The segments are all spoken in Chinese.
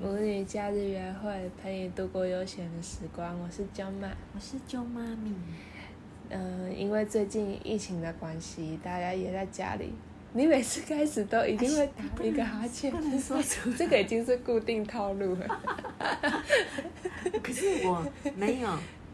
母女假日约会，陪你度过悠闲的时光。我是 j o 我是舅妈咪，嗯、因为最近疫情的关系，大家也在家里。你每次开始都一定会打一个哈欠啊哎不，能说出 这个已经是固定套路了。来。可是我没有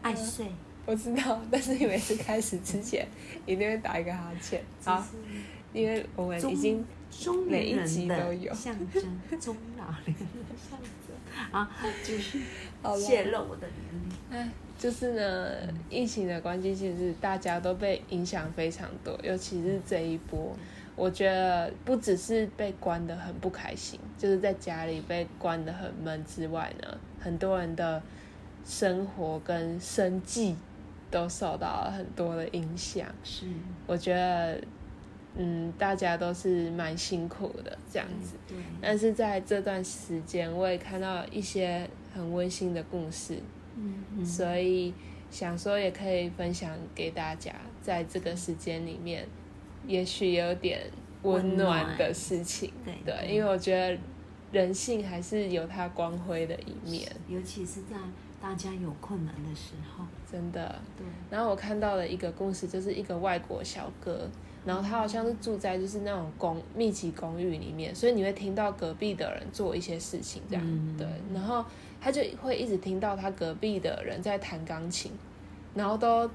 爱睡，我知道，但是你每次开始之前一定会打一个哈 欠。好，只因为我们是中已经中每一年集人都有的象征，中老年人的象征。 啊，继续好了泄露我的年龄。哎，就是呢，疫情的关系，其实大家都被影响非常多，尤其是这一波，我觉得不只是被关得很不开心，就是在家里被关得很闷之外呢，很多人的生活跟生计都受到了很多的影响。是，我觉得，嗯，大家都是蛮辛苦的这样子。对，但是在这段时间，我也看到一些很温馨的故事，嗯嗯所以想说也可以分享给大家，在这个时间里面，也许有点温暖的事情。对对，因为我觉得人性还是有它光辉的一面，尤其是在大家有困难的时候，真的。对，然后我看到了一个故事，就是一个外国小哥，然后他好像是住在就是那种公密集公寓里面，所以你会听到隔壁的人做一些事情这样，嗯对，然后他就会一直听到他隔壁的人在弹钢琴，然后都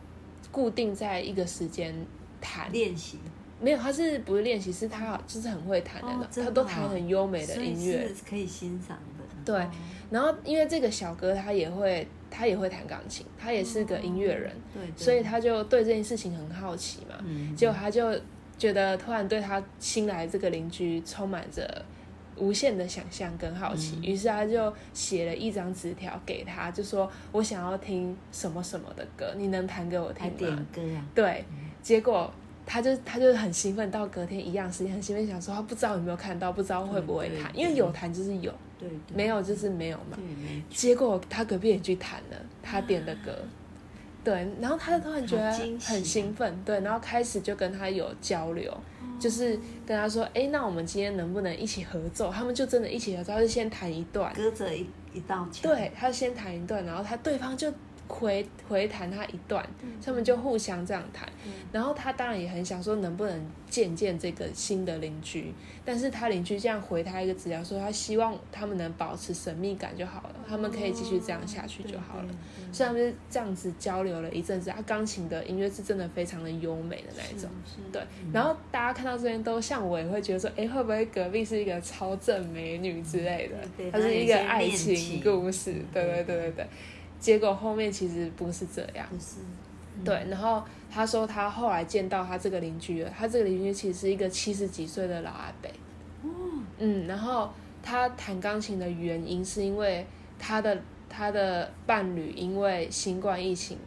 固定在一个时间弹，练习没有，他是不是练习，是他就是很会弹的那种哦，真他的哦都弹很优美的所以音乐，是可以欣赏的。对哦，然后因为这个小哥他也会他也会弹钢琴，他也是个音乐人。对，对所以他就对这件事情很好奇嘛，嗯结果他就觉得突然对他新来这个邻居充满着无限的想象跟好奇，嗯于、是他就写了一张纸条给他，就说我想要听什么什么的歌，你能弹给我还听点吗？歌啊，对，结果。他就他就很兴奋，到隔天一样时间很兴奋，想说他不知道有没有看到，不知道会不会对对弹，嗯对嗯因为有弹就是有，对，对没有就是没有嘛对。没结果他隔壁邻居弹了他点的歌，对，然后他就突然觉得好惊喜哦很兴奋，对，然后开始就跟他有交流，就是跟他说，哎，那我们今天能不能一起合奏？他们就真的一起合奏，他就先弹一段，隔着一一道墙，对，他先弹一段，然后他对方就回回弹他一段，嗯他们就互相这样弹。嗯然后他当然也很想说能不能见见这个新的邻居，但是他邻居这样回他一个资料说，他希望他们能保持神秘感就好嗯哦了，他们可以继续这样下去就好了。对。对所以他们就这样子交流了一阵子，他钢琴的音乐是真的非常的优美的那一对种。是是嗯对，然后大家看到这边都像我也会觉得说，哎，会不会隔壁是一个超正美女之类的？对它是一个爱情故事，对对对对对对。结果后面其实不是这样，不是对。然后他说他后来见到他这个邻居了，他这个邻居其实是一个七十几岁的老阿伯，哦，嗯，然后他弹钢琴的原因是因为他的他的伴侣因为新冠疫情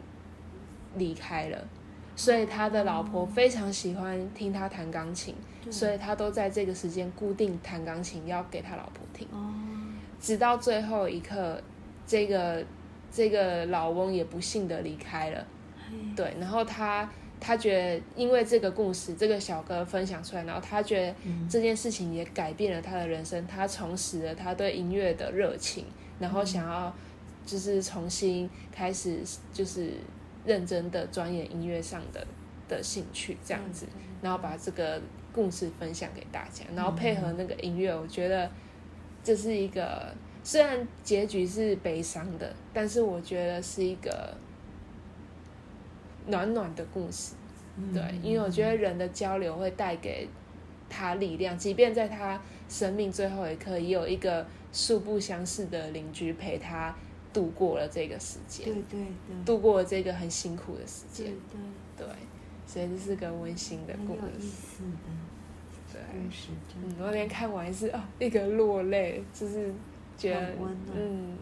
离开了，所以他的老婆非常喜欢听他弹钢琴，哦对所以他都在这个时间固定弹钢琴要给他老婆听，哦，直到最后一刻，这个这个老翁也不幸的离开了。嘿对，然后他他觉得因为这个故事，这个小哥分享出来，然后他觉得这件事情也改变了他的人生，他重拾了他对音乐的热情，然后想要就是重新开始就是认真的钻研音乐上的的兴趣这样子，然后把这个故事分享给大家，然后配合那个音乐，我觉得这是一个。虽然结局是悲伤的，但是我觉得是一个暖暖的故事。嗯对，因为我觉得人的交流会带给他力量，即便在他生命最后一刻，也有一个素不相识的邻居陪他度过了这个时嗯对间，对对度过了这个很辛苦的时对间。对，对，所以这是个温馨的很故有意事。思的对，故事，真嗯的，我那天看完是哦，一个落泪，就是觉得很温暖嗯，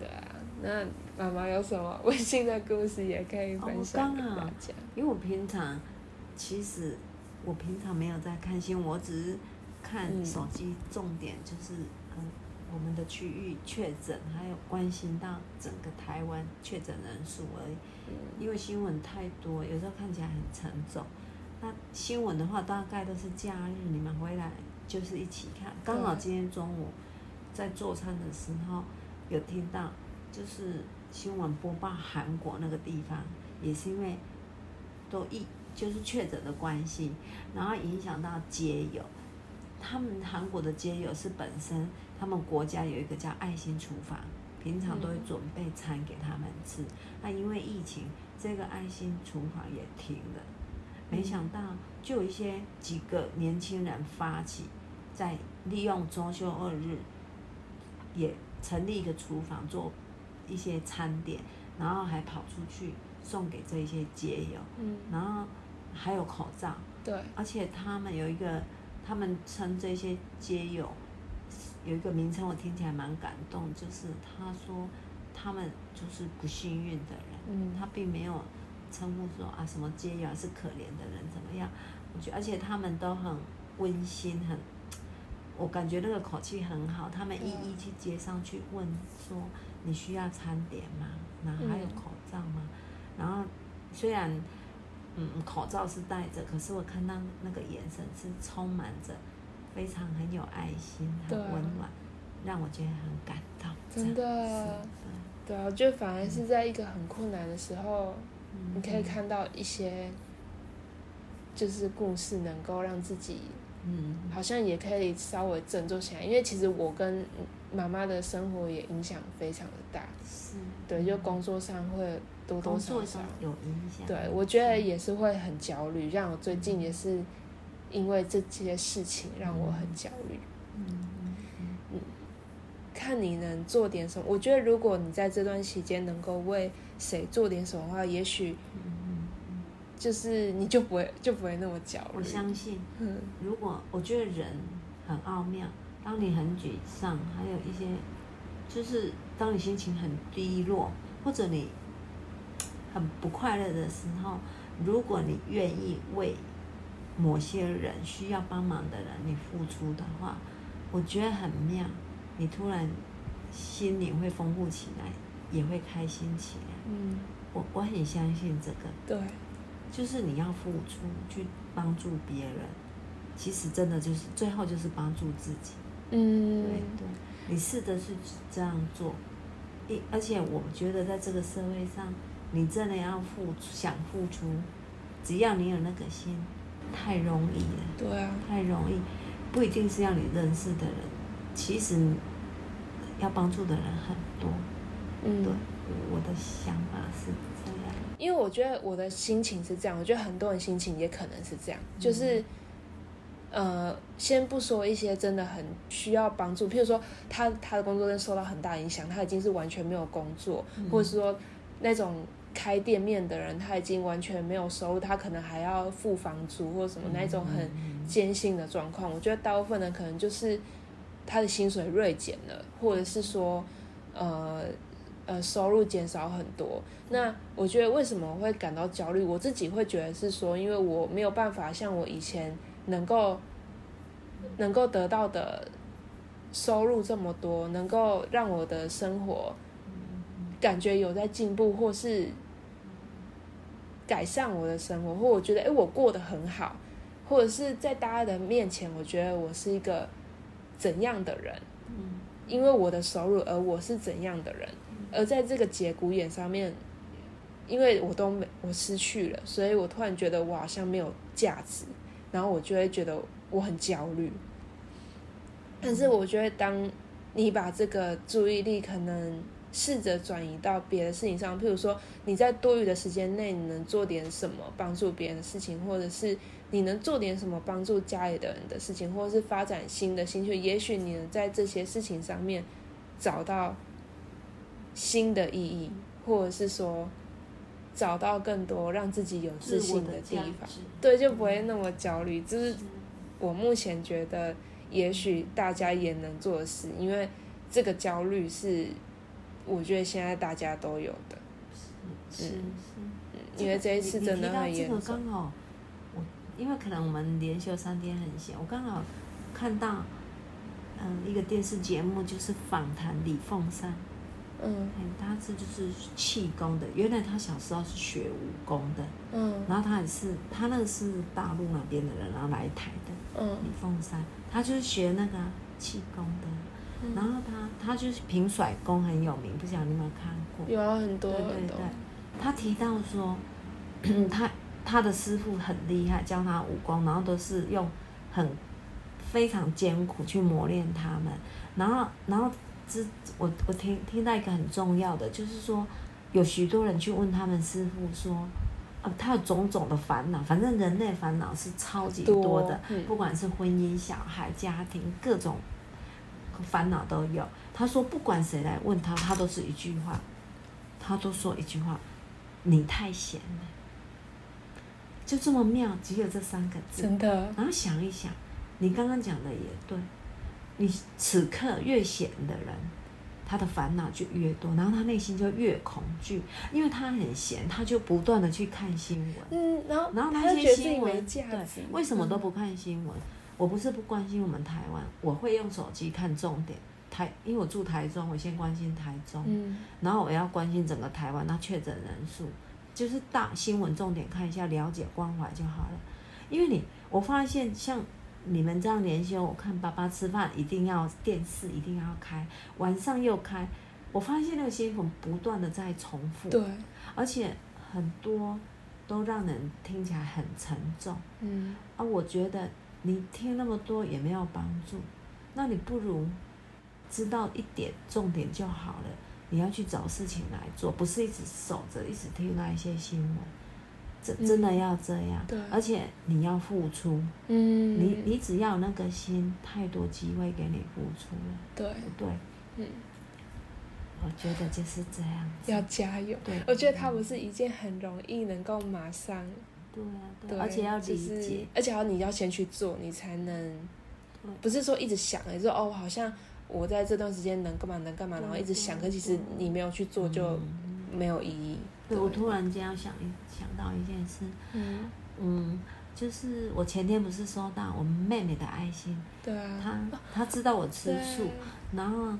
对对对啊。那妈妈有什么温馨的故事也可以分享给大家？因哦为我啊平常其实我平常没有在看新闻，我只是看嗯手机，重点就是嗯、我们的区域确诊，还有关心到整个台湾确诊人数而已。因为新闻太多，有时候看起来很沉重。那新闻的呃话，大概都是假日你们回来就是一起看。刚好今天中午在做餐的时候有听到，就是新闻播报韩国那个地方，也是因为都疫就是确诊的关系，然后影响到街友。他们韩国的街友是本身他们国家有一个叫爱心厨房，平常都会准备餐给他们吃。那因为疫情，这个爱心厨房也停了。没想到，就有一些几个年轻人发起，在利用周休二日，也成立一个厨房做一些餐点，然后还跑出去送给这一些街友，嗯，然后还有口罩，对，而且他们有一个，他们称这些街友有一个名称，我听起来蛮感动，就是他说他们就是不幸运的人，嗯他并没有称呼说啊什么街友啊是可怜的人怎么样，我觉得而且他们都很温馨，很，我感觉那个口气很好，他们一啊一去街上去问说你需要餐点吗？然后还有嗯口罩吗？然后虽然。嗯，口罩是戴着，可是我看到那个眼神是充满着非常很有爱心、很对啊温暖，让我觉得很感动。真这样的是对啊，就反而是在一个很困难的时候，嗯你可以看到一些就是故事，能够让自己嗯，好像也可以稍微振作起来。因为其实我跟妈妈的生活也影响非常的大，是，对，就工作上会多多工作少上少，有影响。对我觉得也是会很焦虑。让我最近也是因为这些事情让我很焦虑。嗯，嗯嗯看你能做点什么。我觉得如果你在这段期间能够为谁做点什么的话，也许嗯嗯嗯，就是你就不会就不会那么焦虑。我相信，嗯如果我觉得人很奥妙，当你很沮丧，还有一些就是当你心情很低落，或者你很不快乐的时候，如果你愿意为某些人需要帮忙的人你付出的话，我觉得很妙，你突然心里会丰富起来，也会开心起来。嗯，我我很相信这个。对，就是你要付出去帮助别人，其实真的就是最后就是帮助自己。对嗯对，你试着去这样做，一而且我觉得在这个社会上，你真的要付出想付出，只要你有那个心，太容易了，对啊，太容易，不一定是要你认识的人，其实要帮助的人很多。嗯对，我我的想法是这样。因为我觉得我的心情是这样，我觉得很多人心情也可能是这样，就是。呃，先不说一些真的很需要帮助，譬如说他他的工作真的受到很大影响，他已经是完全没有工作，或者是说那种开店面的人，他已经完全没有收入，他可能还要付房租或嗯什么那种很艰辛的状况。我觉得大部分人可能就是他的薪水锐减了，或者是说，呃呃，收入减少很多。那我觉得为什么会感到焦虑？我自己会觉得是说，因为我没有办法像我以前能够能够得到的收入这么多，能够让我的生活感觉有在进步，或是改善我的生活，或我觉得哎、诶我过得很好，或者是在大家的面前，我觉得我是一个怎样的人，嗯因为我的收入而我是怎样的人，而在这个节骨眼上面，因为我都没我失去了，所以我突然觉得我好像没有价值，然后我就会觉得我很焦虑。但是我觉得，当你把这个注意力可能试着转移到别的事情上，譬如说你在多余的时间内，你能做点什么帮助别人的事情，或者是你能做点什么帮助家里的人的事情，或者是发展新的兴趣，也许你能在这些事情上面找到新的意义，或者是说找到更多让自己有自自我信的地价方。值。对，就不会那么焦虑。这是我目前觉得，也许大家也能做的事，因为这个焦虑是我觉得现在大家都有的，是是，嗯这个因为这一次你真的你提到很严这个重。刚好，我因为可能我们连休三天很闲，我刚好看到，嗯，一个电视节目就是访谈李凤山，嗯嗯，他是就是气功的，原来他小时候是学武功的，嗯然后他也是他那个是大陆那边的人，然后来台的嗯嗯李凤山，他就是学那个气功的，然后他他就是平甩功很有名，不晓得你有没有看过？有啊，很多对很对多对，，他提到说， 他他的师傅很厉害，教他武功，然后都是用很非常艰苦去磨练他们，然后然后这我我听听到一个很重要的，就是说有许多人去问他们师傅说。啊，他有种种的烦恼，反正人类烦恼是超级多的，嗯不管是婚姻、小孩、家庭各种烦恼都有。他说，不管谁来问他，他都是一句话，他都说一句话：“你太闲了。”就这么妙，只有这三个字。真的，然后想一想，你刚刚讲的也对，你此刻越闲的人，他的烦恼就越多，然后他内心就越恐惧，因为他很闲，他就不断的去看新闻。嗯，然后然后他那就觉些得自己新没闻，价对值，，为什么都嗯不看新闻？我不是不关心我们台湾，我会用手机看重点。台，因为我住台中，我先关心台中，嗯然后我要关心整个台湾，那确诊人数，就是大新闻重点看一下，了解关怀就好了。因为你，我发现像你们这样连休，我看爸爸吃饭一定要电视一定要开，晚上又开，我发现那个新闻不断的在重复，对，而且很多都让人听起来很沉重嗯啊。我觉得你听那么多也没有帮助，那你不如知道一点重点就好了。你要去找事情来做，不是一直守着，一直听那一些新闻。真嗯真的要这样，对而且你要付出，嗯，你你只要有那个心，太多机会给你付出了，对，对不对？嗯，我觉得就是这样子。要加油。对，我觉得它不是一件很容易能够马上，对啊，对对啊，而且要就理解，是而且要你要先去做，你才能对，不是说一直想，你说哦，我好像我在这段时间能干嘛能干嘛，对然后一直想，可其实对你没有去做就嗯没有意义。对，我突然间要想一想到一件事，嗯，嗯，就是我前天不是收到我妹妹的爱心，对啊，她她知道我吃对啊素，然后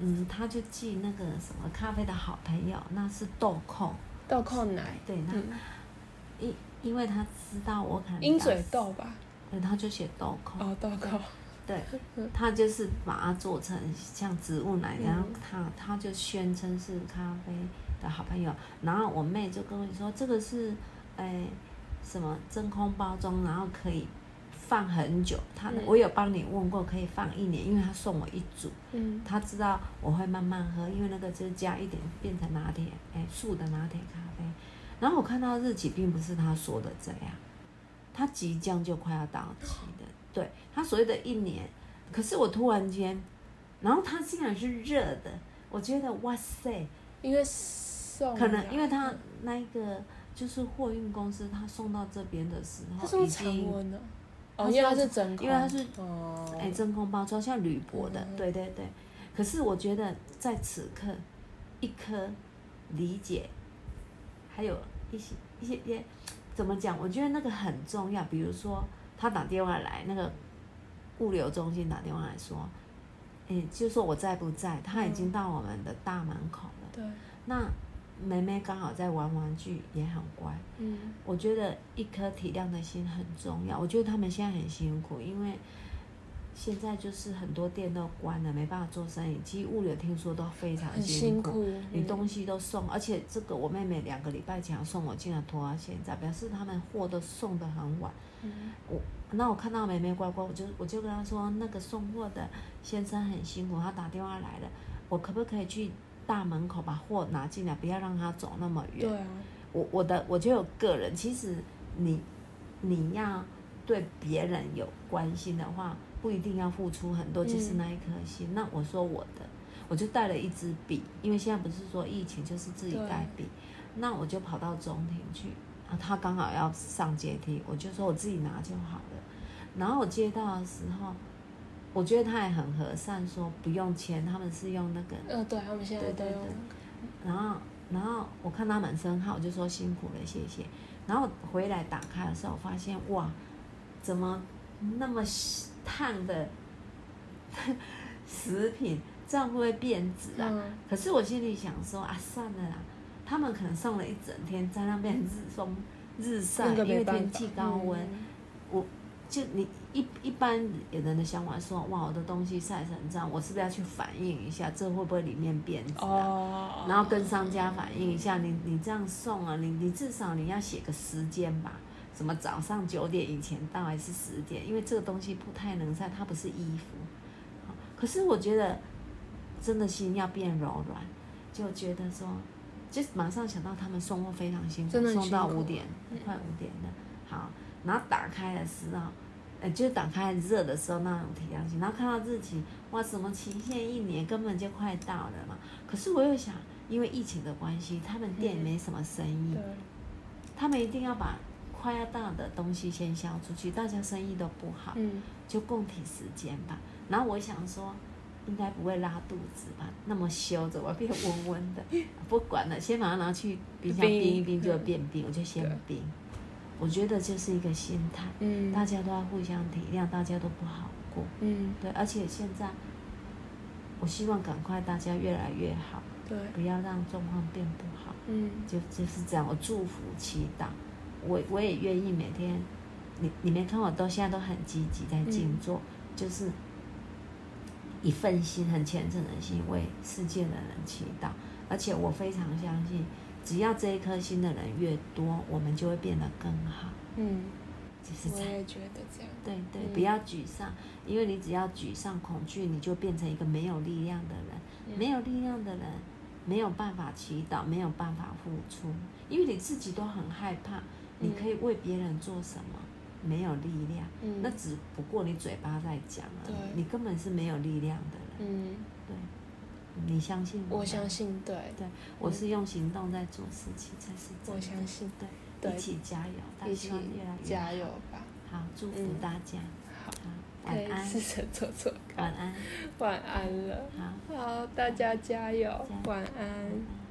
嗯，她就寄那个什么咖啡的好朋友，那是豆蔻，豆蔻奶，对，那嗯，因因为她知道我可能比鹰较嘴，豆吧，对，她就写豆蔻，哦，豆蔻，对嗯，她就是把它做成像植物奶，然后嗯她她就宣称是咖啡的好朋友，然后我妹就跟我说这个是，哎，什么真空包装，然后可以放很久。她、嗯我有帮你问过，可以放一年，因为她送我一组，嗯她知道我会慢慢喝，因为那个就是加一点变成拿铁，哎，素的拿铁咖啡。然后我看到日期并不是她说的这样，她即将就快要到期的，对她所谓的一年，可是我突然间，然后它竟然是热的，我觉得哇塞，因为送啊可能因为他他那一个就是货运公司，他送到这边的时他候送已常经温了，它哦，是因为它是真空，因为它是哦，哎真空包装，像铝箔的，嗯对对对。可是我觉得在此刻，一颗理解，还有一些一些也怎么讲？我觉得那个很重要。比如说他打电话来，那个物流中心打电话来说，哎，就说我在不在？他已经到我们的大门口了。对，那梅梅刚好在玩玩具，也很乖。嗯我觉得一颗体谅的心很重要。我觉得他们现在很辛苦，因为现在就是很多店都关了，没办法做生意。其实物流听说都非常很辛辛苦，你嗯东西都送，而且这个我妹妹两个礼拜前要送我，竟然拖啊到现在，表示他们货都送得很晚。嗯我那我看到梅梅乖乖，我就我就跟她说，那个送货的先生很辛苦，他打电话来了，我可不可以去大门口把货拿进来，不要让他走那么远对？啊，我我的我就有个人，其实你你要对别人有关心的话，不一定要付出很多，嗯就是那一颗心。那我说我的，我就带了一支笔，因为现在不是说疫情，就是自己带笔。那我就跑到中庭去，啊，他刚好要上阶梯，我就说我自己拿就好了。然后我接到的时候，我觉得他也很和善，说不用签，他们是用那个呃，对，他们现在对都对用对然后，然后我看他满身汗，我就说辛苦了，谢谢。然后回来打开的时候，我发现哇，怎么那么 烫的 食品，这样会不会变质啊？嗯，可是我心里想说啊，算了啦，他们可能送了一整天在那边日风日晒，那个因没为办天法气高温，嗯我就你一一般人的想法说，哇，我的东西晒成这样，我是不是要去反映一下，这会不会里面变质啊？哦，然后跟商家反映一下，你你这样送啊，你你至少你要写个时间吧，什么早上九点以前到还是十点？因为这个东西不太能晒，它不是衣服。好可是我觉得，真的心要变柔软，就觉得说，就马上想到他们送货非常辛苦，真的很送到辛苦五点，快五点了。好，然后打开的时候，呃，就是打开热的时候那种提亮器，然后看到日期，哇，什么期限一年，根本就快到了嘛。可是我又想，因为疫情的关系，他们嗯店没什么生意，对，他们一定要把快要到的东西先销出去，大家生意都不好，嗯，就共体时间吧。然后我想说，应该不会拉肚子吧？那么修着，我变温 温的，不管了，先把它拿去冰箱冰冰一冰，就会变冰，我就先对冰。我觉得就是一个心态，嗯，大家都要互相体谅，大家都不好过。嗯，对，而且现在，我希望赶快大家越来越好，对，不要让状况变不好。嗯，就就是这样，我祝福祈祷，我我也愿意每天，你你没看我都现在都很积极在静坐，就是一份心很虔诚的心为世界的人祈祷，而且我非常相信，只要这一颗心的人越多，我们就会变得更好，嗯，就是我这样。也觉得这样，对对，嗯不要沮丧，因为你只要沮丧、恐惧，你就变成一个没有力量的人。嗯没有力量的人，没有办法祈祷，没有办法付出，因为你自己都很害怕。你嗯可以为别人做什么？没有力量，嗯，那只不过你嘴巴在讲而对已，你根本是没有力量的人。嗯，对，你相信我？我相，信，对，我是用行动在做事情，才是我真的相信，对，对一起加油，大一家起希望越来越好加油吧，好，祝福嗯大家。好，好，可晚以安，试着做做看，晚安，晚安了，好。好，大家加油加油，晚安。嗯